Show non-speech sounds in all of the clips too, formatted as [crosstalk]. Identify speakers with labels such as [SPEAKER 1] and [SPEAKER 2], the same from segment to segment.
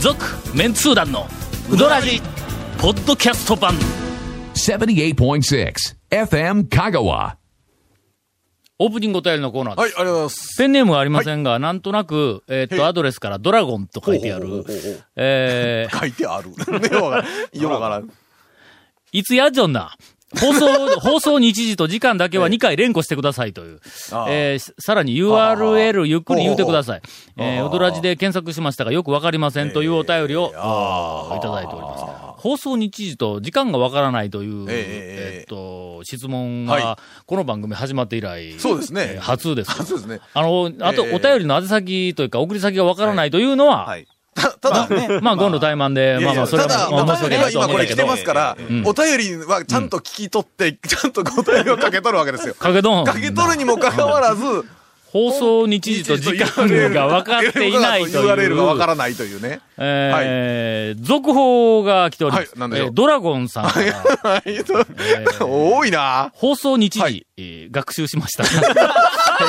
[SPEAKER 1] 続メンツー団のウドラジポッドキャスト版
[SPEAKER 2] 78.6 FM Kagawa.
[SPEAKER 1] オープニングお便りのコーナーです、
[SPEAKER 3] はい、ありがとうございます。
[SPEAKER 1] ペンネームはありませんが、なんとなく、えーっと、アドレスからドラゴンと書いてあ
[SPEAKER 3] ほう
[SPEAKER 1] る
[SPEAKER 3] ほうほうほうほう、
[SPEAKER 1] えー
[SPEAKER 3] 書いてある。 [laughs] ね、わからん。ようわからん。
[SPEAKER 1] いつやじょんな。放
[SPEAKER 3] [laughs]
[SPEAKER 1] 送、放送日時と時間だけは2回連呼してくださいという。
[SPEAKER 3] ああ
[SPEAKER 1] えーさらに URL ゆっくり言うてください。
[SPEAKER 3] あ
[SPEAKER 1] えー、
[SPEAKER 3] あ
[SPEAKER 1] 踊らじで検索しましたがよくわかりませんというお便りを、
[SPEAKER 3] ああ
[SPEAKER 1] いただいております。放送日時と時間がわからないという、
[SPEAKER 3] ええ
[SPEAKER 1] え
[SPEAKER 3] ええ
[SPEAKER 1] ーっと、質問
[SPEAKER 3] は
[SPEAKER 1] が、この番組始まって以来、
[SPEAKER 3] そうですね
[SPEAKER 1] えー初です。
[SPEAKER 3] 初ですね
[SPEAKER 1] あの、あと、
[SPEAKER 3] ええ
[SPEAKER 1] お便りの宛先というか、送り先がわからないというのは、
[SPEAKER 4] はい。
[SPEAKER 3] たただね。
[SPEAKER 1] まあ、ゴンの怠慢で、
[SPEAKER 3] い
[SPEAKER 1] ま
[SPEAKER 3] や
[SPEAKER 1] あ
[SPEAKER 3] い
[SPEAKER 1] まあ、
[SPEAKER 3] や
[SPEAKER 1] それ
[SPEAKER 3] た
[SPEAKER 1] は
[SPEAKER 3] だ、
[SPEAKER 1] まあまあ、
[SPEAKER 3] お
[SPEAKER 1] 申
[SPEAKER 3] 便
[SPEAKER 1] し訳
[SPEAKER 3] り
[SPEAKER 1] なとは思う
[SPEAKER 3] はい今こ
[SPEAKER 1] んだ
[SPEAKER 3] れ
[SPEAKER 1] け
[SPEAKER 3] 来て
[SPEAKER 1] ど、
[SPEAKER 3] ますから、お便りはちゃんと聞き取って、ちゃんと答えをかけ取るわけですよ。
[SPEAKER 1] かけどん。
[SPEAKER 3] かけ取るにもかかわらず、
[SPEAKER 1] 放送日時と時間が分かっていない
[SPEAKER 3] [laughs]
[SPEAKER 1] とい
[SPEAKER 3] URL が分か
[SPEAKER 1] う、
[SPEAKER 3] らないというね。
[SPEAKER 1] えー続報が来ております。
[SPEAKER 3] はい何でしょう
[SPEAKER 1] えードラゴンさんから
[SPEAKER 3] はいと多いな。
[SPEAKER 1] 放送日時、
[SPEAKER 3] はい
[SPEAKER 1] えー学習しました。
[SPEAKER 3] い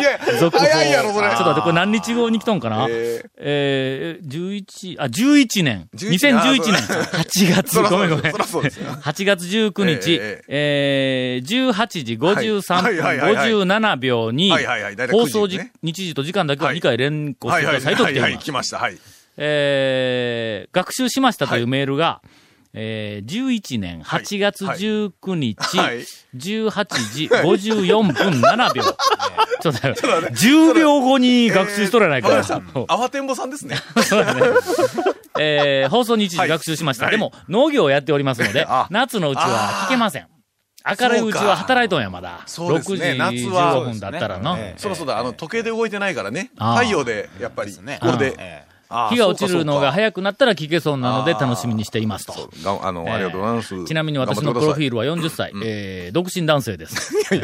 [SPEAKER 3] やいや、
[SPEAKER 1] [laughs] 続報。
[SPEAKER 3] 早いやろ、それ。
[SPEAKER 1] ちょっと待って、これ何日後に来とんかな
[SPEAKER 3] えー
[SPEAKER 1] えー、11、あ、11年。
[SPEAKER 3] 11年
[SPEAKER 1] 2011年。8月、
[SPEAKER 3] そらそ
[SPEAKER 1] ごめ
[SPEAKER 3] うん
[SPEAKER 1] ごめ
[SPEAKER 3] です
[SPEAKER 1] ん。
[SPEAKER 3] そらそうですよ
[SPEAKER 1] 8月19日、えー18時53
[SPEAKER 3] はいはいはいはい
[SPEAKER 1] 分57秒に
[SPEAKER 3] はいはいはい大、体
[SPEAKER 1] 放
[SPEAKER 3] 9時
[SPEAKER 1] 送
[SPEAKER 3] にね
[SPEAKER 1] 時日時と時間だけは
[SPEAKER 3] はい
[SPEAKER 1] 2回連行し
[SPEAKER 3] は
[SPEAKER 1] て
[SPEAKER 3] い
[SPEAKER 1] く
[SPEAKER 3] は
[SPEAKER 1] だ
[SPEAKER 3] い
[SPEAKER 1] さいと
[SPEAKER 3] は
[SPEAKER 1] 来て
[SPEAKER 3] い
[SPEAKER 1] いま
[SPEAKER 3] は
[SPEAKER 1] す
[SPEAKER 3] い、来ました。はい。
[SPEAKER 1] えー学習しましたというメールが、えー11年8月
[SPEAKER 3] はい
[SPEAKER 1] 19日、
[SPEAKER 3] はい
[SPEAKER 1] 18時54分7秒。ちょっ
[SPEAKER 3] [laughs]
[SPEAKER 1] と待って10秒後に学習しとらないか
[SPEAKER 3] わ
[SPEAKER 1] ら。
[SPEAKER 3] りました。慌てんぼさんですね。
[SPEAKER 1] えー放送日時
[SPEAKER 3] はい
[SPEAKER 1] 学習しました。
[SPEAKER 3] はい
[SPEAKER 1] でも、農業をやっておりますので
[SPEAKER 3] あ、
[SPEAKER 1] 夏のうちは聞けません。明るいうちは働いとんや、まだ。
[SPEAKER 3] そうです
[SPEAKER 1] 6
[SPEAKER 3] ね
[SPEAKER 1] 時
[SPEAKER 3] 夏は
[SPEAKER 1] 15分だったらな。
[SPEAKER 4] そうですね
[SPEAKER 3] そろそろ、あの、時計で動いてないからね。
[SPEAKER 1] あー
[SPEAKER 3] 太陽で、やっぱり、
[SPEAKER 4] ですね。
[SPEAKER 3] これ
[SPEAKER 4] うん
[SPEAKER 3] で。
[SPEAKER 4] ええ
[SPEAKER 3] あー
[SPEAKER 1] 日が落ちるのが
[SPEAKER 3] そうか
[SPEAKER 1] 早くなったら聞けそうなので
[SPEAKER 3] あー
[SPEAKER 1] 楽しみにしていますと。
[SPEAKER 3] そうかがあの、ありがとうございます。
[SPEAKER 1] ちなみに私のプロフィ
[SPEAKER 3] ー
[SPEAKER 1] ールは40歳、えー独身男性です。
[SPEAKER 3] ル。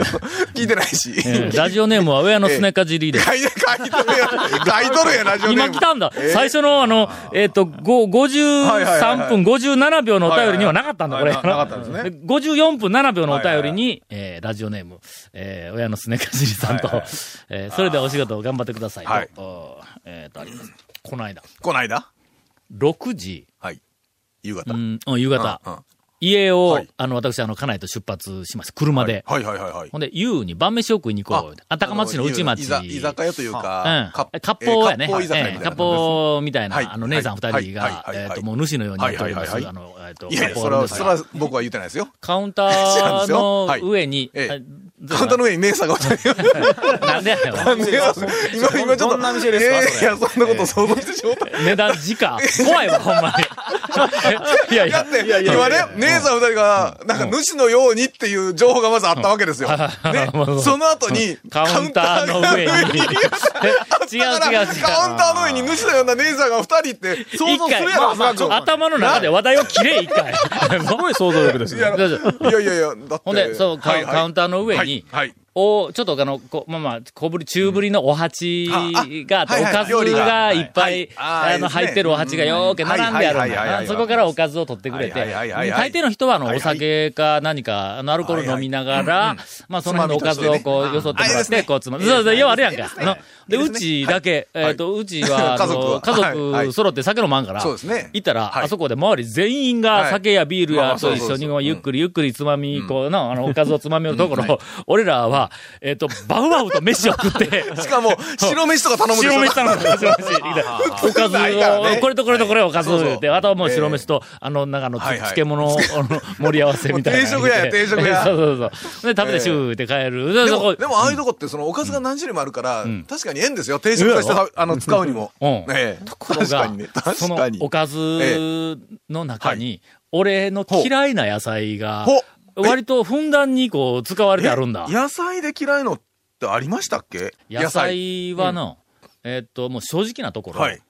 [SPEAKER 3] 聞いてないし。書い [laughs]
[SPEAKER 1] えーラジオネームは親のすねかじりです。
[SPEAKER 3] て、書いとるやん。書いとるやん、ラジオネー
[SPEAKER 1] 今
[SPEAKER 3] ム
[SPEAKER 1] 来たんだ、
[SPEAKER 3] えー
[SPEAKER 1] 最初のあの、えっ、と、ご
[SPEAKER 3] はいはいはい
[SPEAKER 1] 53
[SPEAKER 3] はい
[SPEAKER 1] 分57秒のお便りにはなかったんだ、これ。
[SPEAKER 3] はいはいはいななかったん
[SPEAKER 1] [laughs]
[SPEAKER 3] ですね
[SPEAKER 1] 54分7秒のお便りに、えーラジオネーム、えー親のすねかじりさんと、
[SPEAKER 3] はいはいはい
[SPEAKER 1] えーそれではお仕事を頑張ってくださいと、
[SPEAKER 3] はい
[SPEAKER 1] おーえっ、と、あります。この間、
[SPEAKER 3] こないだ
[SPEAKER 1] 6時、
[SPEAKER 3] はい。夕方。
[SPEAKER 1] う
[SPEAKER 3] うん
[SPEAKER 1] ん、うん夕方、
[SPEAKER 3] うん
[SPEAKER 1] 家を、
[SPEAKER 3] はい
[SPEAKER 1] あの、私、あの、家内と出発しました。車で。
[SPEAKER 3] はいはいはいはい
[SPEAKER 1] ほ。んで、夕に晩飯を食いに行こう。あ、高松市の内町。
[SPEAKER 3] 居酒居酒屋という
[SPEAKER 1] うん
[SPEAKER 3] か、。
[SPEAKER 1] 割烹や
[SPEAKER 3] え
[SPEAKER 1] ね。
[SPEAKER 3] ー割烹居酒屋みたいな。
[SPEAKER 1] 割烹みたい
[SPEAKER 3] は
[SPEAKER 1] な、
[SPEAKER 3] い
[SPEAKER 1] あの、姉さん二人
[SPEAKER 3] はいはい
[SPEAKER 1] が、
[SPEAKER 3] はい
[SPEAKER 1] えっ
[SPEAKER 3] は
[SPEAKER 1] と、
[SPEAKER 3] い
[SPEAKER 1] もう主のように言っておりま
[SPEAKER 3] はい
[SPEAKER 1] す。
[SPEAKER 3] はい
[SPEAKER 1] あの、えっと、
[SPEAKER 3] いやい
[SPEAKER 1] 割烹
[SPEAKER 3] や、それ
[SPEAKER 1] の
[SPEAKER 3] は、
[SPEAKER 1] です
[SPEAKER 3] それ
[SPEAKER 1] が
[SPEAKER 3] は僕は言ってないですよ。
[SPEAKER 1] カウンタ
[SPEAKER 3] 知らん
[SPEAKER 1] ー
[SPEAKER 3] ですよは
[SPEAKER 1] の
[SPEAKER 3] い
[SPEAKER 1] 上に、
[SPEAKER 3] ええ
[SPEAKER 1] あ
[SPEAKER 3] カウンターの上に姉さんがおったよ。
[SPEAKER 1] なんでやねん
[SPEAKER 3] 今、今ちょっと。
[SPEAKER 4] どんな店ですか
[SPEAKER 3] いやいや、そんなこと想像してしまった。
[SPEAKER 1] 値段時価。怖いわ、ほんま
[SPEAKER 3] [laughs]
[SPEAKER 1] に。いやい
[SPEAKER 3] だ
[SPEAKER 1] や
[SPEAKER 3] っ。て、今ね、姉さん二人が、なんか、主のようにっていう情報がまずあったわけですよ。ね
[SPEAKER 1] [laughs] う、ん
[SPEAKER 3] その後に、
[SPEAKER 1] カウンターの上に
[SPEAKER 3] カウンターの上。
[SPEAKER 1] 違う
[SPEAKER 3] だから
[SPEAKER 1] 違う違う。
[SPEAKER 3] カウンターの上に主のような姉さんが二人って、想像するやろ、そらく
[SPEAKER 1] 一回、頭の中で話題を切れ、一回。 [laughs] すごい想像力です
[SPEAKER 3] ねいやいやいや、だって。
[SPEAKER 1] ほんで、そう、カウ,、
[SPEAKER 3] はいはい
[SPEAKER 1] カウンターの上に、
[SPEAKER 3] はいはい
[SPEAKER 1] お、ちょっとあの、こまあまあ、小ぶり、中ぶりのお鉢があって、
[SPEAKER 3] うん
[SPEAKER 1] お
[SPEAKER 3] ああは
[SPEAKER 1] か
[SPEAKER 3] いはい
[SPEAKER 1] ずが
[SPEAKER 3] はい
[SPEAKER 1] いっぱ
[SPEAKER 3] はいい、あ
[SPEAKER 1] あ
[SPEAKER 3] ー
[SPEAKER 1] の、
[SPEAKER 3] いいですね
[SPEAKER 1] 入ってるお鉢がよーけ並んであるんだ
[SPEAKER 3] はいはいはいはい
[SPEAKER 1] そこからおかずを取ってくれて、
[SPEAKER 3] はいはいはいは
[SPEAKER 1] 大
[SPEAKER 3] い
[SPEAKER 1] 抵の人はあの、
[SPEAKER 3] は
[SPEAKER 1] お
[SPEAKER 3] いはい
[SPEAKER 1] 酒か何か、あの、アルコール飲みながら、まあ、その辺のおかずをこう、よそっても
[SPEAKER 3] あいい
[SPEAKER 1] らっ
[SPEAKER 3] です
[SPEAKER 1] て、
[SPEAKER 3] ね
[SPEAKER 1] こう、つまん
[SPEAKER 3] い
[SPEAKER 1] で、
[SPEAKER 3] いです
[SPEAKER 1] そ
[SPEAKER 3] ね
[SPEAKER 1] うそう、ようあるやんか。ので、
[SPEAKER 3] いいうですね
[SPEAKER 1] ちだけ、
[SPEAKER 3] はい
[SPEAKER 1] えっと、うちは、あ
[SPEAKER 3] [laughs] 家族
[SPEAKER 1] の
[SPEAKER 3] は
[SPEAKER 1] 家
[SPEAKER 3] はいは
[SPEAKER 1] 族
[SPEAKER 3] い
[SPEAKER 1] 揃って酒飲まんから、
[SPEAKER 3] そうですね
[SPEAKER 1] 行ったら、
[SPEAKER 3] はい
[SPEAKER 1] あそこで周り全員が酒やビール
[SPEAKER 3] はいま
[SPEAKER 1] や
[SPEAKER 3] あそ
[SPEAKER 1] と
[SPEAKER 3] う
[SPEAKER 1] 一
[SPEAKER 3] そう
[SPEAKER 1] 緒
[SPEAKER 3] そう
[SPEAKER 1] にゆっくりゆっくりつまみ、こうな、あの、おかずをつまみるところ、俺らは、えっと、バウバウと飯を食って、
[SPEAKER 3] [laughs] しかも、白飯とか頼むでしょ。
[SPEAKER 1] 白飯頼む白飯おかず
[SPEAKER 3] [laughs] ないから
[SPEAKER 1] を、
[SPEAKER 3] ね
[SPEAKER 1] これとこれとこれおかず
[SPEAKER 3] そうそう
[SPEAKER 1] で、あとはもう白飯と、あの、なんかあの、つ
[SPEAKER 3] はいはい
[SPEAKER 1] 漬
[SPEAKER 3] [laughs]
[SPEAKER 1] 物をあの盛り合わせみたいな。
[SPEAKER 3] もう定食や定食
[SPEAKER 1] [laughs]
[SPEAKER 3] や
[SPEAKER 1] そうそうそう。で、食べてシューって帰る。で
[SPEAKER 3] で
[SPEAKER 1] そこ
[SPEAKER 3] も、でもああいうとこって、そのおかずが何種類もあるから、確かに縁ですよ。定食とし
[SPEAKER 1] う
[SPEAKER 3] て
[SPEAKER 1] ん
[SPEAKER 3] あの使うにも。
[SPEAKER 1] うん
[SPEAKER 3] ええ
[SPEAKER 1] ところ
[SPEAKER 3] 確か
[SPEAKER 1] が
[SPEAKER 3] にね。、
[SPEAKER 1] そ
[SPEAKER 3] 確
[SPEAKER 1] の
[SPEAKER 3] かに。
[SPEAKER 1] おかずの中に、俺の嫌いな野菜が
[SPEAKER 3] ほう、え
[SPEAKER 1] 割とふんだんにこう使われてあるんだ
[SPEAKER 3] え。野菜で嫌いのってありましたっけ
[SPEAKER 1] 野菜はの、えっと、もう正直なところ、
[SPEAKER 3] はい。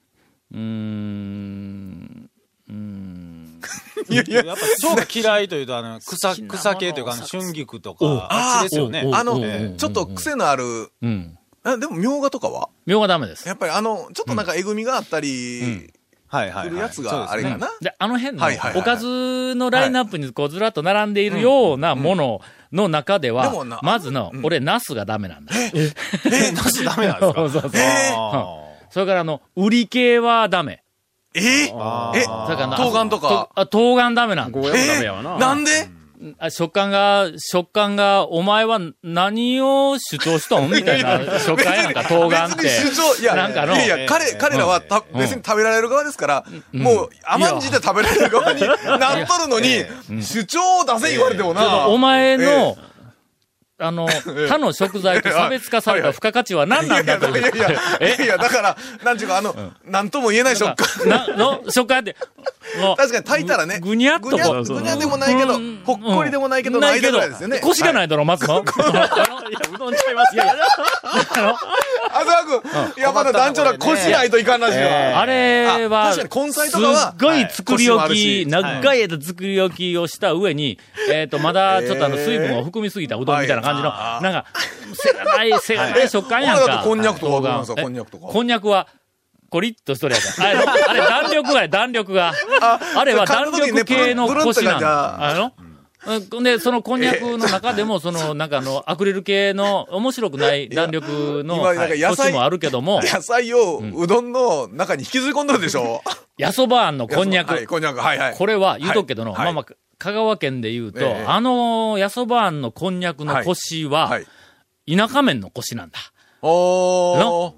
[SPEAKER 1] うーん、うーん、
[SPEAKER 3] いやいや、
[SPEAKER 4] やっぱ、超嫌いというと、あの、草、
[SPEAKER 1] きなもの
[SPEAKER 4] 草系というか、あの
[SPEAKER 1] さ
[SPEAKER 4] 春菊と
[SPEAKER 1] おう
[SPEAKER 4] か、あっちですよ
[SPEAKER 1] おう
[SPEAKER 4] ね
[SPEAKER 1] おう。
[SPEAKER 3] あの
[SPEAKER 1] ええ、
[SPEAKER 3] ちょっと癖のある、
[SPEAKER 1] うん。
[SPEAKER 3] あでも、みょうがとかは
[SPEAKER 1] みょうがダメです。
[SPEAKER 3] やっぱりあの、ちょっとなんかえぐみがあったり、
[SPEAKER 4] はいはいはい。
[SPEAKER 3] 来るやつが
[SPEAKER 4] そうです
[SPEAKER 3] あれ
[SPEAKER 4] ね
[SPEAKER 3] かな
[SPEAKER 1] で、あの辺の
[SPEAKER 3] はいはいはいはい
[SPEAKER 1] おかずのラインナップにこうずらっと並んでいるようなものの中で
[SPEAKER 3] で
[SPEAKER 1] は
[SPEAKER 3] もな、
[SPEAKER 1] まずの、俺、ナスがダメなんだ。
[SPEAKER 3] え、
[SPEAKER 1] [laughs]
[SPEAKER 4] え、なしダメなんですか
[SPEAKER 1] そうそうそう
[SPEAKER 3] え
[SPEAKER 4] あー
[SPEAKER 1] それからあの、売り系はダメ。
[SPEAKER 3] え
[SPEAKER 4] あ
[SPEAKER 3] え
[SPEAKER 1] それからな
[SPEAKER 3] 冬瓜とか。
[SPEAKER 1] あ、冬瓜ダメなんだ。
[SPEAKER 5] ゴーヤもダメやわな。
[SPEAKER 3] なんで
[SPEAKER 1] あ食感が、食感が、お前は何を主張しとんみたいな食感やんか、冬瓜って。
[SPEAKER 3] 別に主張、いや、
[SPEAKER 1] なんかの
[SPEAKER 3] いやいや、彼、彼らはた、別に食べられる側ですから、もう甘んじて食べられる側になっとるのに、主張を出せ言われてもな。
[SPEAKER 1] お前の、
[SPEAKER 3] ええ
[SPEAKER 1] あの、他の食材と差別化された付加価値は何 [laughs] なんだと
[SPEAKER 3] [laughs]
[SPEAKER 1] い
[SPEAKER 3] い
[SPEAKER 1] う
[SPEAKER 3] やいやいや、いや、だから、なんちゅうか、あの、なんとも言えない食感。
[SPEAKER 1] なの食感って、もう
[SPEAKER 3] 確かに炊いたらね。
[SPEAKER 1] ぐにゃっと
[SPEAKER 3] ぐにゃ
[SPEAKER 1] こう
[SPEAKER 3] ぐにゃでもないけど
[SPEAKER 1] う、ん
[SPEAKER 3] ほっこりでもないけど、
[SPEAKER 1] な
[SPEAKER 3] ないい
[SPEAKER 1] け
[SPEAKER 3] でぐ
[SPEAKER 1] ど
[SPEAKER 3] らいですよね。、
[SPEAKER 1] 腰がないだろ、まずの。
[SPEAKER 3] [laughs]
[SPEAKER 5] いや、うどんちゃいますよ。
[SPEAKER 3] はい。浅川君、やっぱ団長ら腰ないといかんらしい
[SPEAKER 5] え
[SPEAKER 3] わ。
[SPEAKER 1] あれ
[SPEAKER 3] あ
[SPEAKER 1] は、
[SPEAKER 3] 確かに根菜とかは
[SPEAKER 1] すっごい作り置
[SPEAKER 3] はい
[SPEAKER 1] き、
[SPEAKER 3] 腰も
[SPEAKER 1] 長い枝作り置きをした上に、えっと、まだちょっとあの、
[SPEAKER 3] えー
[SPEAKER 1] 水分を含みすぎたうどんみたいな感じの、
[SPEAKER 3] は
[SPEAKER 1] なんか、せがない、せがない食感やん
[SPEAKER 3] ほらだ
[SPEAKER 1] か
[SPEAKER 3] っ。てこんにゃくとか
[SPEAKER 1] はい
[SPEAKER 3] どうなんですか
[SPEAKER 1] え
[SPEAKER 3] こんにゃくとか
[SPEAKER 1] こんにゃくは、コリッとしとるやつ。あれ、あれ弾力が、弾力が。あれは弾力系の腰なんだ。あのうんで、そのこんにゃくの中でも、その、なんかあの、アクリル系の面白くない弾力の
[SPEAKER 3] 今なんか野菜
[SPEAKER 1] 腰もあるけども、
[SPEAKER 3] [laughs] 野菜をうどんの中に引きずり込んどるでしょ。
[SPEAKER 1] やそばあんのこんにゃ
[SPEAKER 3] はい
[SPEAKER 1] く。
[SPEAKER 3] こんにゃく、はいはい。
[SPEAKER 1] これは言うとくけどの、
[SPEAKER 3] はい
[SPEAKER 1] まあまあ、香川県で言うと、
[SPEAKER 3] ええ
[SPEAKER 1] あの、やそばあんのこんにゃくの腰は、
[SPEAKER 3] はい。
[SPEAKER 1] 田舎麺の腰なんだ。
[SPEAKER 3] おー。
[SPEAKER 1] の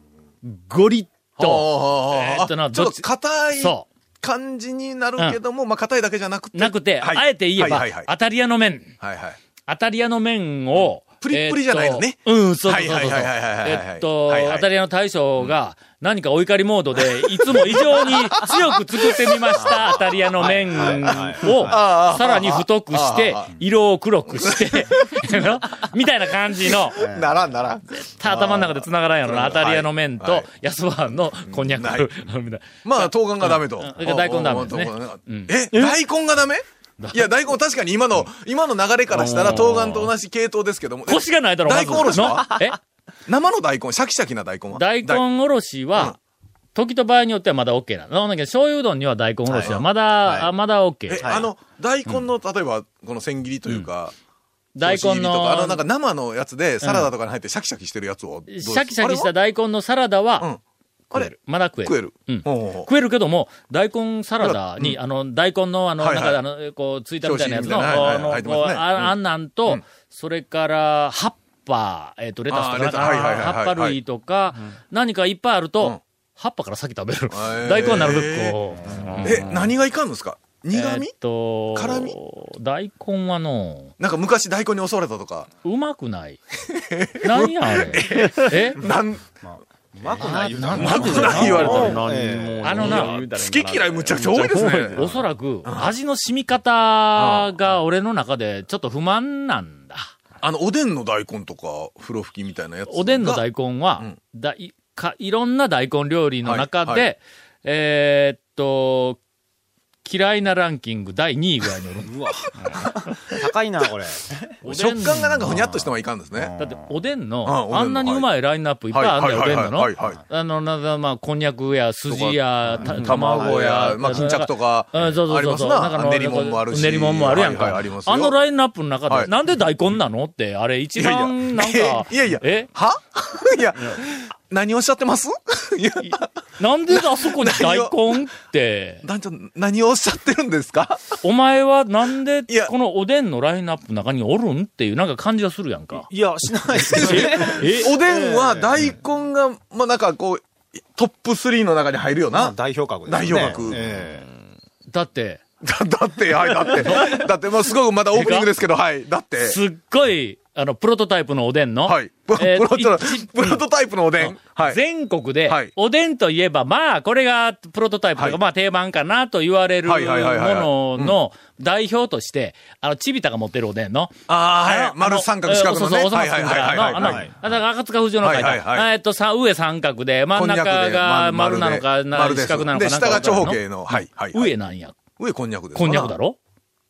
[SPEAKER 1] ゴリッと、
[SPEAKER 3] と
[SPEAKER 1] えーっとな
[SPEAKER 3] ちょ
[SPEAKER 1] ど
[SPEAKER 3] っ
[SPEAKER 1] っ
[SPEAKER 3] と
[SPEAKER 1] ち
[SPEAKER 3] 硬い
[SPEAKER 1] そ
[SPEAKER 3] 感じになるけども、まあ硬いだけじゃなく
[SPEAKER 1] う、
[SPEAKER 3] て。
[SPEAKER 1] なくて、
[SPEAKER 3] はい
[SPEAKER 1] あえて言えば、
[SPEAKER 3] はいはいはい
[SPEAKER 1] アタリアの麺、
[SPEAKER 3] はいはい。
[SPEAKER 1] アタリアの麺を、
[SPEAKER 3] プリップリじゃないのね
[SPEAKER 1] えーっとうん、そうそうそうそう。
[SPEAKER 3] はいはいはいはいはいはい
[SPEAKER 1] えーっと、
[SPEAKER 3] はいはい
[SPEAKER 1] アタリアの大将が、何かお怒りモードで、いつも異常に強く作ってみま
[SPEAKER 3] [laughs]
[SPEAKER 1] した、アタリアの麺を、
[SPEAKER 3] あ
[SPEAKER 1] さ
[SPEAKER 3] あ
[SPEAKER 1] らに太くして
[SPEAKER 3] ああ、
[SPEAKER 1] 色を黒くして、 [laughs] みたいな感じの、
[SPEAKER 3] ならんならん。
[SPEAKER 1] 頭の中で繋がらんやろな、
[SPEAKER 3] あ
[SPEAKER 1] ア
[SPEAKER 3] あ
[SPEAKER 1] タリアの麺
[SPEAKER 3] は
[SPEAKER 1] と
[SPEAKER 3] い、
[SPEAKER 1] 安ばんのこんにゃく
[SPEAKER 3] ない、
[SPEAKER 1] [laughs] みたいな。
[SPEAKER 3] まあ、冬瓜がダメと。
[SPEAKER 1] うんそれから大根ダメですね
[SPEAKER 3] うん
[SPEAKER 1] うん
[SPEAKER 3] え、大根がダメいや、大根確かに今の、今の流れからしたら、冬瓜と同じ系統ですけども。
[SPEAKER 1] 腰がないだろ、まず
[SPEAKER 3] 大根おろしは
[SPEAKER 1] のえ
[SPEAKER 3] 生の大根、シャキシャキな大根は。
[SPEAKER 1] 大
[SPEAKER 3] 大
[SPEAKER 1] 根おろしは、時と場合によってはまだ OK なの。なんだけど、醤油うどんには大根おろしはまだ、あまだ OK
[SPEAKER 3] え、。あの、大根の、例えば、この千切りというか、
[SPEAKER 1] 大
[SPEAKER 3] 押し
[SPEAKER 1] 根
[SPEAKER 3] 切りとかあの、なんか
[SPEAKER 1] の、
[SPEAKER 3] 生のやつで、サラダとかに入ってシャキシャキしてるやつをどう
[SPEAKER 1] シ
[SPEAKER 3] です。
[SPEAKER 1] ャキシャキし
[SPEAKER 3] あ
[SPEAKER 1] た
[SPEAKER 3] れは
[SPEAKER 1] 大根のサラダ
[SPEAKER 3] う
[SPEAKER 1] は
[SPEAKER 3] ん、あ
[SPEAKER 1] 食え
[SPEAKER 3] れ
[SPEAKER 1] る。まだ食える。
[SPEAKER 3] 食える。
[SPEAKER 1] うん
[SPEAKER 3] ほうほうほう
[SPEAKER 1] 食えるけども、大根サラダに、あの、大根の、あの、
[SPEAKER 3] はい
[SPEAKER 1] な
[SPEAKER 3] は
[SPEAKER 1] ん
[SPEAKER 3] い
[SPEAKER 1] か、あの、こう、ついたみたいなやつの、
[SPEAKER 3] 表紙みた
[SPEAKER 1] あ
[SPEAKER 3] いなはいは
[SPEAKER 1] の
[SPEAKER 3] い入ってま
[SPEAKER 1] こう
[SPEAKER 3] すねうん
[SPEAKER 1] ああんなんと
[SPEAKER 3] ん、
[SPEAKER 1] それから、葉っぱ、えっと、レタスとか
[SPEAKER 3] あー
[SPEAKER 1] な
[SPEAKER 3] レ
[SPEAKER 1] ん
[SPEAKER 3] タ
[SPEAKER 1] か、
[SPEAKER 3] はいはいはいはい
[SPEAKER 1] 葉っぱ類とか、何かいっぱいある
[SPEAKER 3] うん
[SPEAKER 1] と、葉っぱから先食べる
[SPEAKER 3] へ。ー
[SPEAKER 1] 大根なるべくこう。
[SPEAKER 3] え、何がいかんのですか苦
[SPEAKER 1] え
[SPEAKER 3] 味
[SPEAKER 1] っと、
[SPEAKER 3] 辛み
[SPEAKER 1] 大根はの、
[SPEAKER 3] なんか昔大根に襲われたとか。
[SPEAKER 1] うまくない。 [laughs] 何やあれ。え
[SPEAKER 3] なん、
[SPEAKER 4] うまくない言うたら
[SPEAKER 1] あ
[SPEAKER 4] う
[SPEAKER 1] な
[SPEAKER 4] まく
[SPEAKER 3] な
[SPEAKER 4] ない
[SPEAKER 3] い言われた
[SPEAKER 4] のえ
[SPEAKER 1] あのな
[SPEAKER 3] 好き嫌いむちゃくちゃ多いですね。
[SPEAKER 1] おそらく、味の染み方が俺の中でちょっと不満なんだ。
[SPEAKER 3] あの、おでんの大根とか、風呂吹きみたいなやつが。
[SPEAKER 1] おでんの大根は
[SPEAKER 3] うん、
[SPEAKER 1] だいかいろんな大根料理の中で、
[SPEAKER 3] はいは
[SPEAKER 1] えーっと、嫌いなランキング第2位ぐらい
[SPEAKER 3] [laughs]
[SPEAKER 1] におる。
[SPEAKER 4] ーうわ。高いな、これ。
[SPEAKER 1] おでん
[SPEAKER 3] 食感がなんかふにゃっとしてはいかんですね。
[SPEAKER 1] だって、おでん
[SPEAKER 3] あ
[SPEAKER 1] の
[SPEAKER 3] おでん、の
[SPEAKER 1] あんなにうまいラインナップいっぱいあんだよ、おでんのの
[SPEAKER 3] はい。はい。
[SPEAKER 1] あの、なんだ、まあ、こんにゃくや、すじや、た卵や、
[SPEAKER 3] まあ、巾着と
[SPEAKER 1] か。
[SPEAKER 3] か。
[SPEAKER 1] うん、そうそ
[SPEAKER 3] あ
[SPEAKER 1] う
[SPEAKER 3] り
[SPEAKER 1] そう
[SPEAKER 3] ま
[SPEAKER 1] そ
[SPEAKER 3] す
[SPEAKER 1] う。
[SPEAKER 3] な。
[SPEAKER 1] の
[SPEAKER 3] 練り物もあるし。
[SPEAKER 1] 練り物もあるやん
[SPEAKER 3] はいはい
[SPEAKER 1] か。
[SPEAKER 3] ありますよ
[SPEAKER 1] あのラインナップの中で、
[SPEAKER 3] はい
[SPEAKER 1] なんで大根なのって、あれ一番なんか、
[SPEAKER 3] いやいや
[SPEAKER 1] え
[SPEAKER 3] は [laughs] いや、何をおっしゃってます [laughs] いや、
[SPEAKER 1] なんであそこに大根って、
[SPEAKER 3] 団長、何をおっしゃってるんですか
[SPEAKER 1] お前はなんで
[SPEAKER 3] いや
[SPEAKER 1] このおでんのラインナップの中におるんっていうなんか感じがするやんか。
[SPEAKER 4] いや、しないですけどね。
[SPEAKER 1] え
[SPEAKER 3] おでんは大根が、まあ、なんかこう、トップ3の中に入るよ
[SPEAKER 4] まあ
[SPEAKER 3] な。だ
[SPEAKER 4] 代表格ですね。
[SPEAKER 3] 代表格
[SPEAKER 4] ええ
[SPEAKER 1] だって、
[SPEAKER 3] [laughs] だって、はい、
[SPEAKER 1] [laughs]
[SPEAKER 3] だって。だって、まあ、すごくまだオープニングですけど、はい。だって。
[SPEAKER 1] すっごい、あの、プロトタイプのおでんの、
[SPEAKER 3] はい。プロ
[SPEAKER 1] えー
[SPEAKER 3] [laughs] プロト
[SPEAKER 1] 一
[SPEAKER 3] プロトタイプのおでん。はい。
[SPEAKER 1] 全国で
[SPEAKER 3] はい、
[SPEAKER 1] おでんといえば、まあ、これがプロトタイプと
[SPEAKER 3] は
[SPEAKER 1] か、
[SPEAKER 3] い
[SPEAKER 1] まあ、定番かなと言われるも
[SPEAKER 3] はいはいはいはいはい
[SPEAKER 1] のの代表として、あの、ちびたが持ってるおでんの。
[SPEAKER 3] ああ、
[SPEAKER 1] あ
[SPEAKER 3] は
[SPEAKER 1] の
[SPEAKER 3] い。丸三角四角のね。
[SPEAKER 1] そうそう、
[SPEAKER 3] は
[SPEAKER 1] はいい
[SPEAKER 3] は
[SPEAKER 1] はいい
[SPEAKER 3] はいはいはい
[SPEAKER 1] あの、あ
[SPEAKER 3] はい。
[SPEAKER 1] のあだから赤塚不二夫の書い
[SPEAKER 3] はいはいは
[SPEAKER 1] た、えっと、さ上三角で、真ん中が丸なのか、な
[SPEAKER 3] 丸
[SPEAKER 1] 四
[SPEAKER 3] です
[SPEAKER 1] 角なのか、
[SPEAKER 3] で、
[SPEAKER 1] なんか
[SPEAKER 3] 下
[SPEAKER 1] わから
[SPEAKER 3] が
[SPEAKER 1] ん
[SPEAKER 3] 長
[SPEAKER 1] の
[SPEAKER 3] 方形の。はいはい。はい
[SPEAKER 1] 上なんや。
[SPEAKER 3] 上こんにゃくですか
[SPEAKER 1] こ
[SPEAKER 3] ら
[SPEAKER 1] んにゃくだろ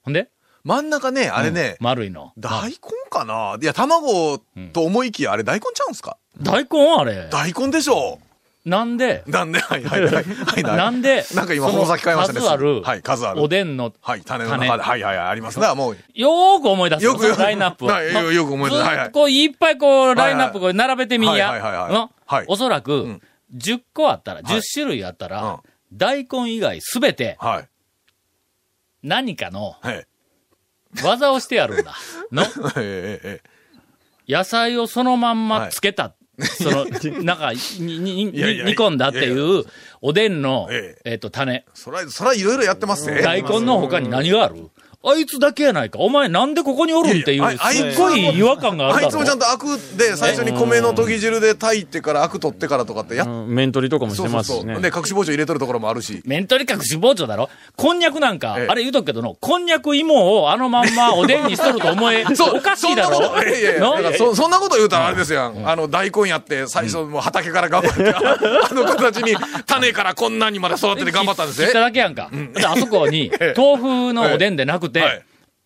[SPEAKER 1] ほんで
[SPEAKER 3] 真ん中ね、あれね、
[SPEAKER 1] 丸いの。
[SPEAKER 3] 大根かないや、卵と思いきや、あれ大根ちゃうんすか
[SPEAKER 1] 大根あれ。
[SPEAKER 3] 大根でしょ
[SPEAKER 1] なんで、
[SPEAKER 3] なんで、はいはいはい。はいはい
[SPEAKER 1] なんで、
[SPEAKER 3] なんか今、
[SPEAKER 1] そ
[SPEAKER 3] こ
[SPEAKER 1] の
[SPEAKER 3] の先変えましたね。
[SPEAKER 1] 数ある、
[SPEAKER 3] はい、数ある。
[SPEAKER 1] おでんの
[SPEAKER 3] はい、種の中で。はいはいはい、ありますね。もう、
[SPEAKER 1] よーく思い出すの
[SPEAKER 3] よく
[SPEAKER 1] そのラインナップを。
[SPEAKER 3] はいよよく思い出
[SPEAKER 1] ず
[SPEAKER 3] す
[SPEAKER 1] っと
[SPEAKER 3] はいはい
[SPEAKER 1] こう、いっぱいこう、ラインナップこう並べてみん
[SPEAKER 3] はいはいはい
[SPEAKER 1] や。
[SPEAKER 3] はい
[SPEAKER 1] の
[SPEAKER 3] はい
[SPEAKER 1] おそらく
[SPEAKER 3] ん、
[SPEAKER 1] 10個あったら、10種類あったら、
[SPEAKER 3] うん
[SPEAKER 1] 大根以外すべて
[SPEAKER 3] はい。
[SPEAKER 1] 何かの
[SPEAKER 3] はい。
[SPEAKER 1] 技をしてやるんだ。
[SPEAKER 3] [laughs]
[SPEAKER 1] の
[SPEAKER 3] えええええ
[SPEAKER 1] 野菜をそのまんまつけた。その、
[SPEAKER 3] [laughs]
[SPEAKER 1] なんか、に、に、に
[SPEAKER 3] いやいや
[SPEAKER 1] 煮込んだって
[SPEAKER 3] いや
[SPEAKER 1] いう、おでんの、
[SPEAKER 3] え
[SPEAKER 1] えっと、種。
[SPEAKER 3] そら、そらいろいろやってますね。
[SPEAKER 1] 大根の他に何があるあいつだけやないか。お前なんでここにおるんってい
[SPEAKER 3] いや
[SPEAKER 1] う、
[SPEAKER 3] いやあい
[SPEAKER 1] すっごい違和感があ
[SPEAKER 3] あ
[SPEAKER 1] る
[SPEAKER 3] い
[SPEAKER 1] だ
[SPEAKER 3] つ
[SPEAKER 1] ろ
[SPEAKER 3] もちゃんとアクで、最初に米の研ぎ汁で炊いてから、アク取ってからとかってやっ
[SPEAKER 5] うん面取りとかもし
[SPEAKER 3] そう
[SPEAKER 5] て
[SPEAKER 3] そ
[SPEAKER 5] ま
[SPEAKER 3] う
[SPEAKER 5] す
[SPEAKER 3] そ
[SPEAKER 5] しね
[SPEAKER 3] う。。で、隠し包丁入れとるところもあるし。
[SPEAKER 1] 面取り隠し包丁だろこんにゃくなんか、
[SPEAKER 3] ええ
[SPEAKER 1] あれ言うとくけどの、こんにゃく芋をあのまんまおでんにしとると思え、おかしいだ
[SPEAKER 3] そんなこと、い
[SPEAKER 1] [laughs]
[SPEAKER 3] やいやいや
[SPEAKER 1] ろ
[SPEAKER 3] だからそそんなこと言うたらあれですやん。あの、大根やって、最初もう畑から頑
[SPEAKER 1] [laughs]
[SPEAKER 3] 張って、あの子たちに、種からこんなにまで育てて頑張ったんです
[SPEAKER 1] 切った
[SPEAKER 3] ね。
[SPEAKER 1] だけやんか。だってあそこ
[SPEAKER 3] [laughs]
[SPEAKER 1] に、豆腐のおでんでなく
[SPEAKER 3] ええは
[SPEAKER 1] て
[SPEAKER 3] い、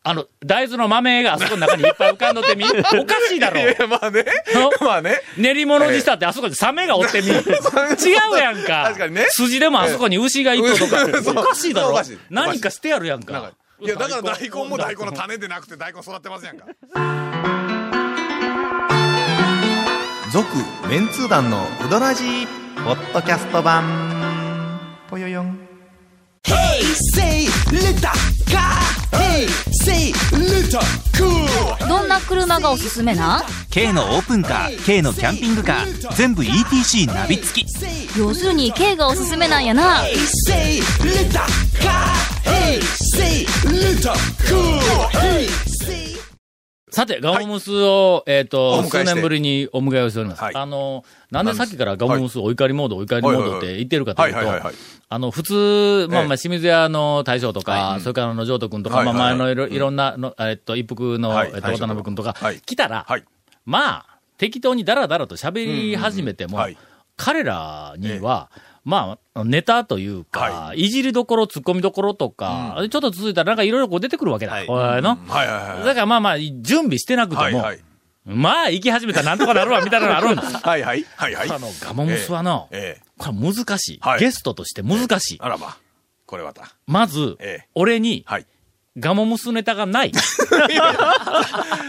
[SPEAKER 1] あの、大豆の豆があそこの中にいっぱい浮かんどってみ。おかしいだろ
[SPEAKER 3] いやいや、まあね。まあね。
[SPEAKER 1] 練り物にしたってあそこにサメがおってみ。違うやんか。
[SPEAKER 3] [laughs] 確かにね
[SPEAKER 1] 筋でもあそこに牛がいるとか
[SPEAKER 3] ええ。 [laughs] そう
[SPEAKER 1] おかしいだ
[SPEAKER 3] そうお
[SPEAKER 1] ろ
[SPEAKER 3] かしい。
[SPEAKER 1] 何かしてやるやんか。
[SPEAKER 3] いや、だから大根も大根の種でなくて大根育ってますやんか。
[SPEAKER 6] 続メンツー団のウドラジポッドキャスト版ぽよよん
[SPEAKER 7] Say little car. Hey, say little cool.
[SPEAKER 8] どんな車がおすすめなん
[SPEAKER 9] K のオープンカー K のキャンピングカー全部 ETC ナビ付き
[SPEAKER 8] 要するに K がおすすめなんやな。
[SPEAKER 7] Say little car. Hey, say little cool. Hey, say.
[SPEAKER 1] さて、ガオムスを、えっ
[SPEAKER 3] お
[SPEAKER 1] と、
[SPEAKER 3] 迎えし
[SPEAKER 1] 数
[SPEAKER 3] て
[SPEAKER 1] 年ぶりにお迎えをしております。
[SPEAKER 3] はい
[SPEAKER 1] あの、なんでさっきからガオムスお怒りモード、お怒りモードって言ってるかと
[SPEAKER 3] はいいうはいはいは
[SPEAKER 1] と
[SPEAKER 3] い、。
[SPEAKER 1] あの、普通、まあ
[SPEAKER 3] ええ
[SPEAKER 1] まあ、清水屋の大将とか、それからあの、ジョート君とか、
[SPEAKER 3] はい
[SPEAKER 1] まあ
[SPEAKER 3] はいは
[SPEAKER 1] 前
[SPEAKER 3] い
[SPEAKER 1] のいろいろんなの、えっと、一服の、
[SPEAKER 3] はい
[SPEAKER 1] えっと、
[SPEAKER 3] はい
[SPEAKER 1] 渡辺君とか
[SPEAKER 3] はい、
[SPEAKER 1] 来たら
[SPEAKER 3] はい、
[SPEAKER 1] まあ、適当にダラダラと喋り始めて
[SPEAKER 3] うん
[SPEAKER 1] も
[SPEAKER 3] うんはい、
[SPEAKER 1] 彼らには、まあ、ネタというか、いじりどころ、突っ込みどころとか、ちょっと続いたらなんかいろいろこう出てくるわけだ。
[SPEAKER 4] はい
[SPEAKER 1] おいの。
[SPEAKER 3] はいはいはい。
[SPEAKER 1] だからまあまあ、準備してなく
[SPEAKER 3] は
[SPEAKER 1] て
[SPEAKER 3] い
[SPEAKER 1] も、
[SPEAKER 3] はい。
[SPEAKER 1] まあ、行き始めたらなんとかなるわ、みたいなのあるんです。
[SPEAKER 3] [laughs] はいはい。はいはい。
[SPEAKER 1] あの、ガモムスはの、
[SPEAKER 3] ええ。
[SPEAKER 1] これ難しい
[SPEAKER 3] は。い
[SPEAKER 1] ゲストとして難しい。
[SPEAKER 3] あらば。これまた。
[SPEAKER 1] まず
[SPEAKER 3] ええ、
[SPEAKER 1] 俺に、
[SPEAKER 3] はい。
[SPEAKER 1] ガモムスネタが
[SPEAKER 3] [laughs]
[SPEAKER 1] ない。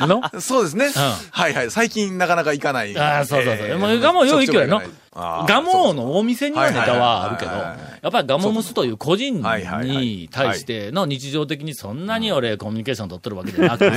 [SPEAKER 1] の
[SPEAKER 3] そうですね。はいはい。最近なかなか行かない。
[SPEAKER 1] ああ、そうそう
[SPEAKER 3] え
[SPEAKER 1] そう。
[SPEAKER 3] え
[SPEAKER 1] もうガモよう行くよ
[SPEAKER 3] そ
[SPEAKER 1] の
[SPEAKER 3] っちも行かない。あー
[SPEAKER 1] ガモのお店にはネタはあるけど、
[SPEAKER 3] はいはいはいはい
[SPEAKER 1] やっぱりガモムスという個人
[SPEAKER 3] はいはいはい
[SPEAKER 1] に対しての日常的にそんなに俺コミュニケーション取ってるわけじゃなくて、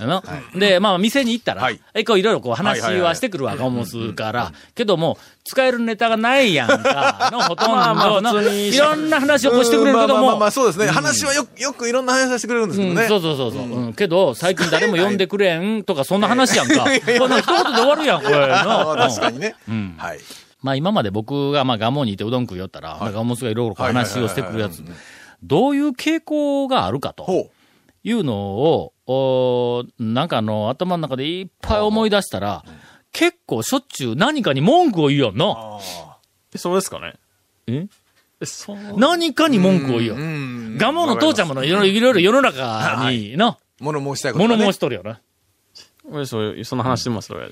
[SPEAKER 1] あので、まあ店に行ったら、
[SPEAKER 3] はい
[SPEAKER 1] い、こういろいろこう話
[SPEAKER 3] はいはいは
[SPEAKER 1] はいしてくるわ、ガモムスから。けども、使えるネタがないやんか、のほとんどの、いろんな話をこうしてくれるけど
[SPEAKER 3] うんまあまあまあ
[SPEAKER 1] も
[SPEAKER 3] まあ、、そうですね。話はよく、よくいろんな話させてくれるんですけど
[SPEAKER 1] うん、
[SPEAKER 3] ね。
[SPEAKER 1] そうそうそうそう、うん。けど、最近誰も呼んでくれんとか、そんな話やんか。これ、一言で終わるやん、これ。
[SPEAKER 3] [laughs] あー
[SPEAKER 1] な
[SPEAKER 3] 確かにね。はい。
[SPEAKER 1] まあ今まで僕がまあガモにいてうどん食いよったら、まあガモスがいろいろこう話をしてくるやつ、どういう傾向があるかと
[SPEAKER 3] ほ
[SPEAKER 1] いうのを、おーなんかあの、頭の中でいっぱい思い出したら、結構しょっちゅう何かに文句を言うよんの。
[SPEAKER 5] そうですかね。
[SPEAKER 1] え
[SPEAKER 5] えそう。
[SPEAKER 1] 何かに文句を言うよ。
[SPEAKER 3] う。うんん。
[SPEAKER 1] ガモの父ちゃんものいろいろいろいろ世の中にの、
[SPEAKER 3] 物申したいこと
[SPEAKER 1] 物
[SPEAKER 3] がね。
[SPEAKER 1] 申しとるよな。
[SPEAKER 5] 俺そう、その話してます、それ。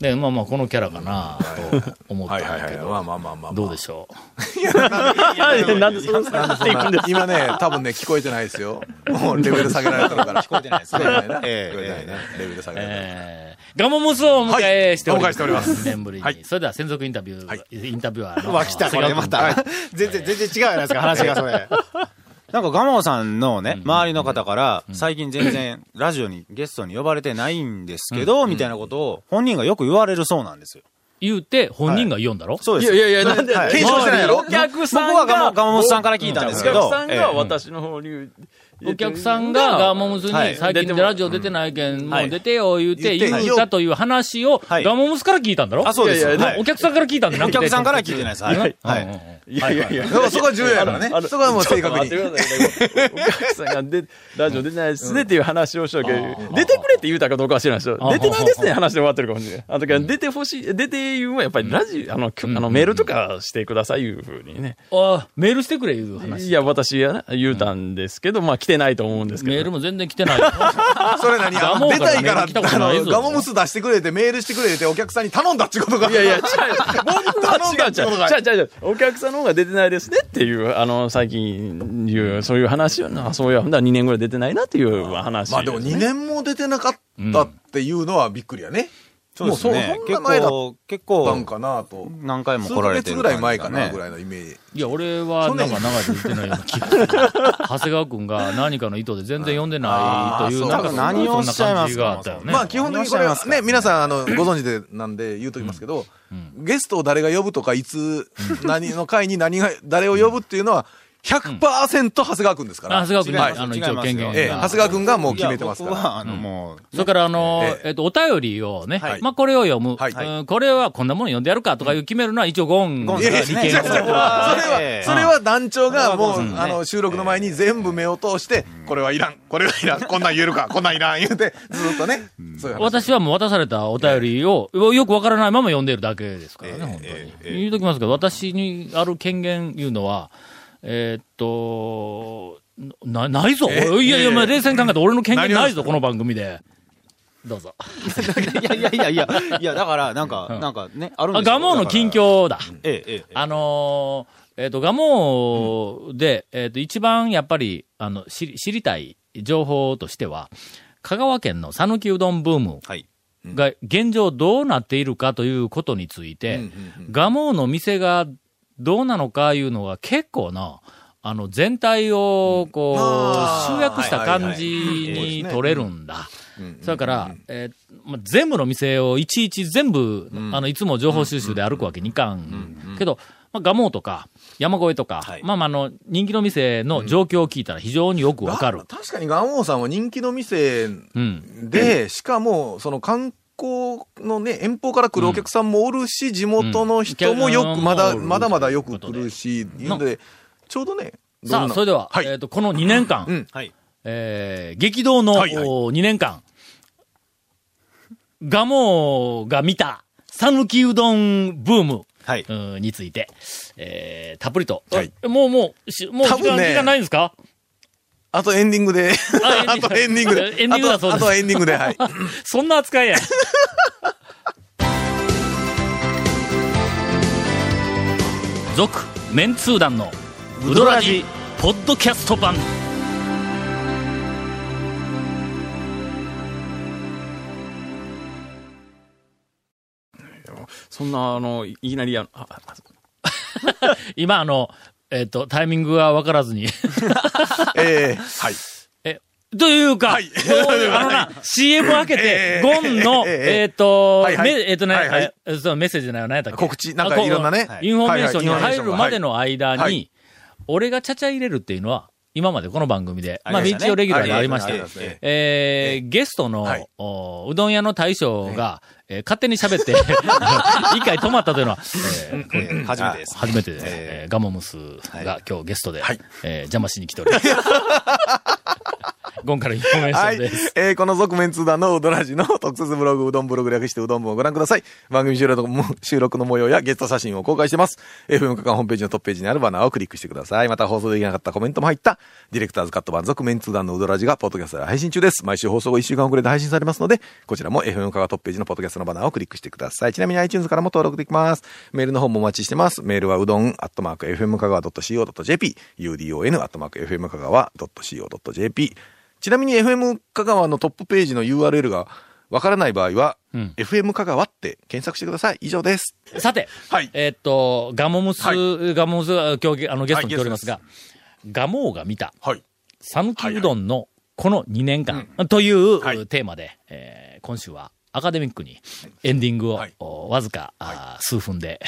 [SPEAKER 1] で、まあまあこのキャラかなと思った
[SPEAKER 3] は
[SPEAKER 1] ん
[SPEAKER 3] いはい
[SPEAKER 1] だ
[SPEAKER 3] は
[SPEAKER 1] け
[SPEAKER 3] い。
[SPEAKER 1] ど、
[SPEAKER 3] まあまあまあまあ。
[SPEAKER 1] どうで
[SPEAKER 3] し
[SPEAKER 1] しょう。
[SPEAKER 5] なんでそ
[SPEAKER 3] ょ
[SPEAKER 5] う
[SPEAKER 3] う今ね、多分ね、聞こえてないですよ。もうレベル下げられたのから。聞こえてないですね。
[SPEAKER 4] え
[SPEAKER 3] 聞
[SPEAKER 4] え
[SPEAKER 3] こえてないねレベル下げられたから。
[SPEAKER 1] えーガモムスをお迎えしております。
[SPEAKER 3] はいお迎えしております
[SPEAKER 1] 2年ぶりに。それでは専属インタビュー、
[SPEAKER 3] はい
[SPEAKER 1] インタビュアーの。
[SPEAKER 4] わ、来た、これまた。全然、全然違うじゃないですか、話がそれ。なんか、ガモさんのね、周りの方から、最近全然、ラジオに、ゲストに呼ばれてないんですけど、みたいなことを、本人がよく言われるそうなんですよ。
[SPEAKER 1] 言うて、本人が言うんだろ、
[SPEAKER 4] そうです。
[SPEAKER 5] いやいやいやなんで
[SPEAKER 4] はい
[SPEAKER 3] 検証してないやろ
[SPEAKER 5] お客さん
[SPEAKER 4] 僕はガ
[SPEAKER 5] が、
[SPEAKER 4] モガモモスさんから聞いたんですけど
[SPEAKER 5] お客さん
[SPEAKER 4] ええ
[SPEAKER 5] が私の方に、
[SPEAKER 1] お客さんがガモムス
[SPEAKER 4] は
[SPEAKER 1] に
[SPEAKER 4] い
[SPEAKER 1] 最近ラジオ出てないけん、も
[SPEAKER 4] は
[SPEAKER 1] う
[SPEAKER 4] い
[SPEAKER 1] 出てよ言うて、
[SPEAKER 4] 言って
[SPEAKER 1] 言うたという話を、
[SPEAKER 4] はい
[SPEAKER 1] ガモムスから聞いたんだろ
[SPEAKER 4] あ、そうです。
[SPEAKER 5] いやいや
[SPEAKER 4] はい
[SPEAKER 1] お客さんから聞いたんだ
[SPEAKER 4] お客さんから聞いてないです。はい。はい
[SPEAKER 1] うんうん
[SPEAKER 5] いやいやいや。
[SPEAKER 3] だからそこは重要やからね。そこはもう正確に。
[SPEAKER 5] ちょっと待ってくださいねお客さんがで、ラジオ出てないですねっていう話をしたけど、出てくれって言うたかどうかは知らんし、出てないですね話で終わってるかもしれない。あの時は出てほしい、出て言うのはやっぱりラジオ、あの、きょあのメールとかしてくださいいうふうにね。
[SPEAKER 1] あメールしてくれいう話。
[SPEAKER 5] いや、私はね言うたんですけど、まあ来てないと思うんですけ
[SPEAKER 1] メー
[SPEAKER 5] ど。
[SPEAKER 1] ルも全然来て
[SPEAKER 4] [laughs]
[SPEAKER 1] ないよ。
[SPEAKER 3] それ何
[SPEAKER 1] ガ
[SPEAKER 3] あの
[SPEAKER 1] モ
[SPEAKER 3] 出
[SPEAKER 1] から
[SPEAKER 3] たいか
[SPEAKER 1] メー
[SPEAKER 3] ら、
[SPEAKER 1] ル来たこと
[SPEAKER 3] あ
[SPEAKER 1] ないぞ
[SPEAKER 3] の、ガモムス出してくれて、メールしてくれて、お客さんに頼んだっちゅうことが。
[SPEAKER 5] いやいや、違う。僕は
[SPEAKER 3] 頼ん
[SPEAKER 5] 違
[SPEAKER 3] だ
[SPEAKER 5] う
[SPEAKER 3] ってことか
[SPEAKER 5] 違う違う違う。お客さんの方が出てないですねっていう、あの、最近言う、そういう話をな、そういう、ほんだ2年ぐらい出てないなっていう話。
[SPEAKER 3] まあでも2年も出てなかったっていうのはびっくりやね。
[SPEAKER 4] そうですね
[SPEAKER 3] もうそ。そ
[SPEAKER 4] 結
[SPEAKER 3] んな前だっ
[SPEAKER 4] 構、結
[SPEAKER 3] たん
[SPEAKER 4] 構、
[SPEAKER 3] かなと。
[SPEAKER 4] 何回も
[SPEAKER 3] 数
[SPEAKER 4] 来ら
[SPEAKER 3] ヶ
[SPEAKER 4] れて
[SPEAKER 3] 月
[SPEAKER 4] る
[SPEAKER 3] ぐ
[SPEAKER 4] 感
[SPEAKER 3] ら
[SPEAKER 4] じ
[SPEAKER 3] い
[SPEAKER 4] だね。
[SPEAKER 3] 前かなぐらいのイメージ。
[SPEAKER 1] いや、俺は、なんか長いこと言ってないような気がする。長谷川君が何かの意図で全然読んでないという、
[SPEAKER 3] あー
[SPEAKER 1] なんかす
[SPEAKER 3] そう
[SPEAKER 1] ごい
[SPEAKER 4] 何をおっ
[SPEAKER 1] そん
[SPEAKER 4] し
[SPEAKER 1] な
[SPEAKER 4] ゃ
[SPEAKER 1] い感
[SPEAKER 4] ま
[SPEAKER 1] じ
[SPEAKER 4] すか
[SPEAKER 1] があったよね。
[SPEAKER 3] まあ基本的にこれはね、皆さんあのご存知でなんで言うときますけど、ゲストを誰が呼ぶとか、いつ、何の回に何が、誰を呼ぶっていうのは、100%長谷川くんですから。
[SPEAKER 1] 長谷川
[SPEAKER 3] はい
[SPEAKER 1] 君に、あの、一
[SPEAKER 4] 違い
[SPEAKER 1] 応
[SPEAKER 4] ます
[SPEAKER 1] 権限
[SPEAKER 3] ええ、
[SPEAKER 1] が
[SPEAKER 3] 長谷川くんがもう決めてますか
[SPEAKER 4] いや僕
[SPEAKER 3] ら。
[SPEAKER 4] は、あの、もう、
[SPEAKER 1] それから、あの、
[SPEAKER 3] ええ
[SPEAKER 1] えっと、お便りをね、
[SPEAKER 3] はい
[SPEAKER 1] まあ、これを読む、
[SPEAKER 3] はい
[SPEAKER 1] うんこれはこんなもの読んでやるかとかいう決めるのは、一応、ゴンが
[SPEAKER 4] ゴン
[SPEAKER 1] 理
[SPEAKER 4] さん
[SPEAKER 1] 系
[SPEAKER 4] で
[SPEAKER 1] の人
[SPEAKER 4] すね
[SPEAKER 3] いやいやそれ
[SPEAKER 4] え
[SPEAKER 3] は、
[SPEAKER 4] え
[SPEAKER 3] それは団長がも
[SPEAKER 4] う、
[SPEAKER 3] うんあの、収録の前に全部目を通して、これはいらん、これはいらん、こんなん言えるか、こんなんいらん、言うて、ずっとね、そういう話。
[SPEAKER 1] 私はもう渡されたお便りを、よくわからないまま読んでるだけですからね、
[SPEAKER 3] ええ
[SPEAKER 1] 本当に、
[SPEAKER 3] ええええ
[SPEAKER 1] 言うときますけど、私にある権限いうのは、えーっと、な、ないぞ、
[SPEAKER 3] ええ
[SPEAKER 1] いやいや、まあ、冷静に考えて俺の権限
[SPEAKER 3] 何を
[SPEAKER 1] ないぞ、この番組で。どうぞ。
[SPEAKER 4] いやいやいやいや、いや、だから、なんか、なんかね、あるん
[SPEAKER 1] あ、
[SPEAKER 4] ですよ
[SPEAKER 1] ガモーの近。
[SPEAKER 4] だか
[SPEAKER 1] 況だ。
[SPEAKER 4] らええ、ええ。
[SPEAKER 1] あのーえっ、と、ガモーで、えっ、と、一番やっぱり、あの、知り知りたい情報としては、香川県の讃岐うどんブーム
[SPEAKER 4] はい。
[SPEAKER 1] が現状どうなっているかということについて、
[SPEAKER 3] うんうんうん
[SPEAKER 1] ガモーの店がどうなのかいうのが結構な、あの、全体を、こう、
[SPEAKER 3] あー
[SPEAKER 1] 集約した感じ
[SPEAKER 3] はいはいはい
[SPEAKER 1] に
[SPEAKER 3] うん
[SPEAKER 1] 取れるんだ。
[SPEAKER 3] うん
[SPEAKER 1] それから、えーまあ、全部の店をいちいち全部、
[SPEAKER 3] ん
[SPEAKER 1] あの、いつも情報収集で歩くわけにいかん。けど、まあ、ガモーとか、山越えとか、
[SPEAKER 4] はい
[SPEAKER 1] まあまあ、あの、人気の店の状況を聞いたら非常によくわかる
[SPEAKER 3] が。確かにガンオーさんは人気の店
[SPEAKER 1] うん。
[SPEAKER 3] で、しかも、その観光のね、遠方から来るお客さんもおるし、地元の人もよ
[SPEAKER 1] う
[SPEAKER 3] く、
[SPEAKER 1] ん
[SPEAKER 3] まだ、
[SPEAKER 1] うん
[SPEAKER 3] まだまだよく来るし、いうので、ちょうどね、どん
[SPEAKER 1] さ
[SPEAKER 3] な
[SPEAKER 1] あ、それでは、
[SPEAKER 3] はい
[SPEAKER 1] えっ、と、この2年間、
[SPEAKER 3] うん
[SPEAKER 4] はい。
[SPEAKER 1] えー激動の、
[SPEAKER 3] はいはい
[SPEAKER 1] お2年間、ガモーが見た、讃岐うどんブーム、
[SPEAKER 4] はい。
[SPEAKER 1] うんについて、えーたっぷりと。
[SPEAKER 3] はい
[SPEAKER 1] えもう、もう、しもう
[SPEAKER 3] 多
[SPEAKER 1] 時間、
[SPEAKER 3] 分ね
[SPEAKER 1] 時間ないんですか
[SPEAKER 3] あとエンディングで、
[SPEAKER 1] あ、
[SPEAKER 3] [laughs] あとエンディングで
[SPEAKER 1] エンディングだ
[SPEAKER 3] あ
[SPEAKER 1] そうで
[SPEAKER 3] とあ
[SPEAKER 1] す
[SPEAKER 3] とはエンディングで、はい。
[SPEAKER 1] そんな扱い
[SPEAKER 3] [laughs]
[SPEAKER 1] や。続、メンツー団の、ウドラジ、ポッドキャスト版。
[SPEAKER 5] そんな、あの、いきなり、あの、ああ
[SPEAKER 1] 今、あの、えっ、と、タイミングがわからずに。 [laughs]
[SPEAKER 3] ええはい。
[SPEAKER 1] というか、もうあのな、CM 開けて、
[SPEAKER 3] ええ
[SPEAKER 1] ゴンの、
[SPEAKER 3] え
[SPEAKER 1] え
[SPEAKER 3] え
[SPEAKER 1] っと、
[SPEAKER 3] はいはい
[SPEAKER 1] めえっとね
[SPEAKER 3] はいはい、
[SPEAKER 1] えそのメッセージじゃないわ、何やったっけ
[SPEAKER 3] 告知なんかいろんなね
[SPEAKER 1] あこう
[SPEAKER 3] はい
[SPEAKER 1] インフォメーションに
[SPEAKER 3] はいはい
[SPEAKER 1] 入るまでの間
[SPEAKER 3] は
[SPEAKER 1] に
[SPEAKER 3] い、
[SPEAKER 1] 俺がちゃちゃ入れるっていうのは、今までこの番組で、まあ
[SPEAKER 4] ありましたね
[SPEAKER 1] 一応レギュラーでありまし
[SPEAKER 3] あ
[SPEAKER 1] て
[SPEAKER 3] りましたねありましたね、
[SPEAKER 1] えーゲストの
[SPEAKER 3] はい、
[SPEAKER 1] おうどん屋の大将が、えー勝手に喋って、一回止まったというのは、えー
[SPEAKER 4] ええ初めてです。
[SPEAKER 1] 初めてです。えーガモムスが今日ゲストで、えー邪魔しに来ております。ゴンからインフォメーシ
[SPEAKER 3] は
[SPEAKER 1] ョン
[SPEAKER 3] い
[SPEAKER 1] です。。
[SPEAKER 3] えーこの続面通談のうどらじの特設ブログ、うどんブログ略してうどん部をご覧ください。番組収録も収録の模様やゲスト写真を公開してます。FM 区間ホームページのトップページにあるバナーをクリックしてください。また放送できなかったコメントも入った、ディレクターズカット版続面通談のうどらじがポッドキャストで配信中です。毎週放送後1週間遅れで配信されますので、こちらも FM 区間トップページのポッドキャストのバナーをクリックしてください。ちなみに iTunes からも登録できます。メールの方もお待ちしてます。メールはうどん、アットマーク、FM 香川 .co.jp、udon、アットマーク、FM 香川 .co.jp、ちなみに FM 香川のトップページの URL がわからない場合は、
[SPEAKER 1] ん
[SPEAKER 3] FM 香川って検索してください。以上です。
[SPEAKER 1] さて、
[SPEAKER 3] はい
[SPEAKER 1] えーっと、ガモムス、
[SPEAKER 3] は
[SPEAKER 1] ガモムスが今日あのゲストに来ておりますが、ガモーが見た、
[SPEAKER 3] はい。
[SPEAKER 1] サヌキうどんのこの2年間という
[SPEAKER 3] はい
[SPEAKER 1] テーマで、えー今週はアカデミックにエンディングを、
[SPEAKER 3] はい
[SPEAKER 1] おわずか、あー数分で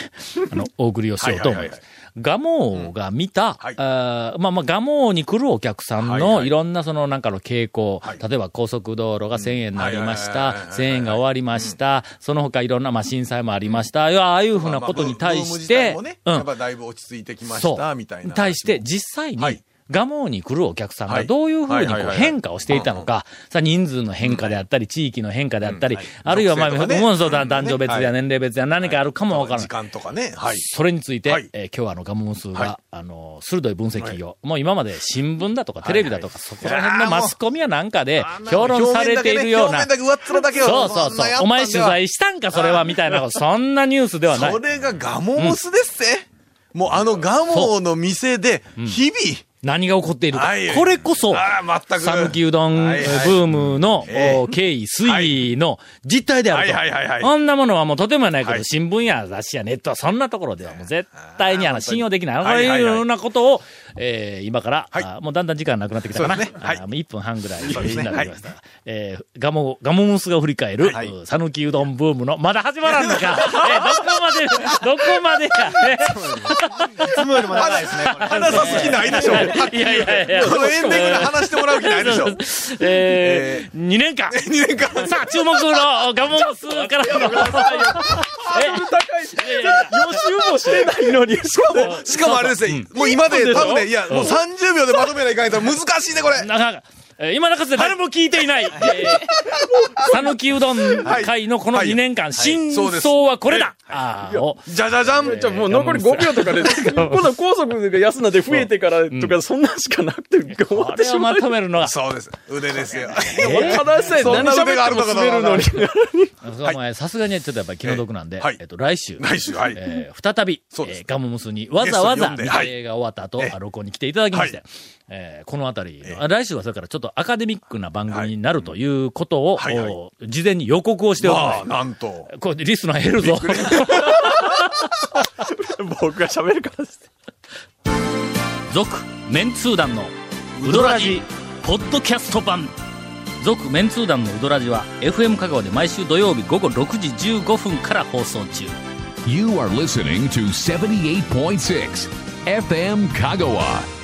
[SPEAKER 1] あのお送りをしようと思いま
[SPEAKER 3] はいはいはいは
[SPEAKER 1] す。ガモーが見た、
[SPEAKER 3] はい
[SPEAKER 1] あーまあまあガモーに来るお客さん
[SPEAKER 3] はい
[SPEAKER 1] の
[SPEAKER 3] はい
[SPEAKER 1] いろんなそのなんかの傾向、
[SPEAKER 3] はい
[SPEAKER 1] 例えば高速道路が1000円になりまし
[SPEAKER 3] は
[SPEAKER 1] た
[SPEAKER 3] いはいはいはい、はい
[SPEAKER 1] 1000円が終わりました、その他いろんなまあ震災もありました、いやああいうふうなことに対して、
[SPEAKER 3] まあまあブーム自体もね
[SPEAKER 1] うん
[SPEAKER 3] やっぱだいぶ落ち着いてきました、みたいな。
[SPEAKER 1] 対して、実際
[SPEAKER 3] は
[SPEAKER 1] に
[SPEAKER 3] い、
[SPEAKER 1] ガモーに来るお客さん
[SPEAKER 3] は
[SPEAKER 1] が
[SPEAKER 3] い
[SPEAKER 1] どういうふうにこ
[SPEAKER 3] はいうはいはい
[SPEAKER 1] 変化をしていたのか、さあ人数の変化であったり、地域の変化であったり
[SPEAKER 3] うんはい、
[SPEAKER 1] あるいはまあ、
[SPEAKER 3] 属性とかね
[SPEAKER 1] もうそうだ男女別
[SPEAKER 3] は
[SPEAKER 1] や
[SPEAKER 3] い
[SPEAKER 1] 年齢別や何かあるかもわからな
[SPEAKER 3] 時
[SPEAKER 1] い。
[SPEAKER 3] 間とかね。はい。
[SPEAKER 1] それについ
[SPEAKER 3] は
[SPEAKER 1] て
[SPEAKER 3] い、
[SPEAKER 1] えー今日はあの、ガモン数
[SPEAKER 3] は
[SPEAKER 1] が、あの、鋭い分析を、もう今まで新聞だとかテレビだとか、そこら辺のマスコミやなんかで評論されているような
[SPEAKER 3] 表面、だけね表面だけ上っ面だけを
[SPEAKER 1] そうそうそう、お前取材したんかそれは、みたいな、そんなニュースではない
[SPEAKER 3] そ。れがガモモスですぜ。もうあのガモの店で、日々、
[SPEAKER 1] 何が起こっているか。
[SPEAKER 3] はい
[SPEAKER 1] これこそ、
[SPEAKER 3] あら全く
[SPEAKER 1] 讃岐うどん
[SPEAKER 3] は
[SPEAKER 1] え
[SPEAKER 3] い
[SPEAKER 1] ー
[SPEAKER 3] はい
[SPEAKER 1] ブームの
[SPEAKER 3] ええ
[SPEAKER 1] お経緯、推移の実態であると。
[SPEAKER 3] はいはいはいはい
[SPEAKER 1] あんなものはもうとてもやないけ
[SPEAKER 3] は
[SPEAKER 1] ど、
[SPEAKER 3] い
[SPEAKER 1] 新聞や雑誌やネットはそんなところではもう絶対にあの信用できない。
[SPEAKER 3] は
[SPEAKER 1] そう
[SPEAKER 3] いはいはい
[SPEAKER 1] いうようなことを、えー今から、
[SPEAKER 3] はい
[SPEAKER 1] あもうだんだん時間なくなってきたかな。
[SPEAKER 3] そうですねはい
[SPEAKER 1] あもう1分半ぐらいにな
[SPEAKER 3] そう
[SPEAKER 1] って
[SPEAKER 3] ですね
[SPEAKER 1] きました。えーガモ、ガモムスが振り返る、讃岐うどんブームの、まだ始まらんの
[SPEAKER 3] [laughs]
[SPEAKER 1] か。えーどこまで、どこまでやね。
[SPEAKER 4] つもよりも長いですね。これ
[SPEAKER 3] 話さす気ないでしょ。
[SPEAKER 1] [laughs] いやいやいや。
[SPEAKER 3] このエンディングで話してもらう気な
[SPEAKER 1] [laughs]
[SPEAKER 3] いでしょ。2 [laughs]
[SPEAKER 1] えー、2年間。
[SPEAKER 3] 年間。
[SPEAKER 1] さあ、注目
[SPEAKER 3] [laughs]
[SPEAKER 1] のガモンスからの。えいやいやいや
[SPEAKER 3] しかも、しかもあれですね、もう今で多分ね、いや、もう30秒でまとめないかないと難しいね、これ。
[SPEAKER 1] なかなかえー今のかつて誰も聞いていない、えー讃岐うどん会のこの
[SPEAKER 3] はい
[SPEAKER 1] 2年間、真
[SPEAKER 3] そうです
[SPEAKER 1] 相はこれだ、あーを
[SPEAKER 3] じゃじゃじゃん。
[SPEAKER 5] じゃあもう残り5秒とかで、今度高速が安なで増えてからとか、そんなんしかなくて、終わ
[SPEAKER 1] あ
[SPEAKER 5] って
[SPEAKER 1] れ
[SPEAKER 5] し
[SPEAKER 1] を
[SPEAKER 5] まう
[SPEAKER 1] ま。とめるのが、
[SPEAKER 3] そうです。腕ですよ。
[SPEAKER 5] たださえ
[SPEAKER 3] そん
[SPEAKER 5] 何
[SPEAKER 3] な
[SPEAKER 5] 喋
[SPEAKER 3] 腕が
[SPEAKER 5] っ
[SPEAKER 3] ある
[SPEAKER 5] ても
[SPEAKER 3] のかどう
[SPEAKER 5] 滑
[SPEAKER 3] かわ
[SPEAKER 5] る
[SPEAKER 3] から
[SPEAKER 5] の
[SPEAKER 3] な
[SPEAKER 5] に
[SPEAKER 3] い。
[SPEAKER 1] お前さすがにちょっとやっぱり気の毒なんで、
[SPEAKER 3] はい
[SPEAKER 1] えっと、来週。
[SPEAKER 3] 来週、はい。
[SPEAKER 1] えー再び、
[SPEAKER 3] そうです
[SPEAKER 1] えーガモムスにわざわざ、
[SPEAKER 3] ゲストに呼んで
[SPEAKER 1] 日
[SPEAKER 3] はい
[SPEAKER 1] 程が終わった後、
[SPEAKER 3] ええ
[SPEAKER 1] 録音に来ていただきまして、
[SPEAKER 3] はい
[SPEAKER 1] えーこのあたりの、あ来週はそれからちょっとアカデミックな番組になるということを、
[SPEAKER 3] はいはい
[SPEAKER 1] お事前に予告をしておき
[SPEAKER 3] ま
[SPEAKER 1] ま
[SPEAKER 3] あ、なんと。
[SPEAKER 1] す。これでリスナー減るぞ。
[SPEAKER 5] 僕が喋るからです。
[SPEAKER 1] [laughs] 続、メンツー団の、ウドラジ、ポッドキャスト版。続、メンツー団のウドラジは、FM 香川で毎週土曜日午後6時15分から放送中。
[SPEAKER 2] You are listening to 78.6 FM Kagawa.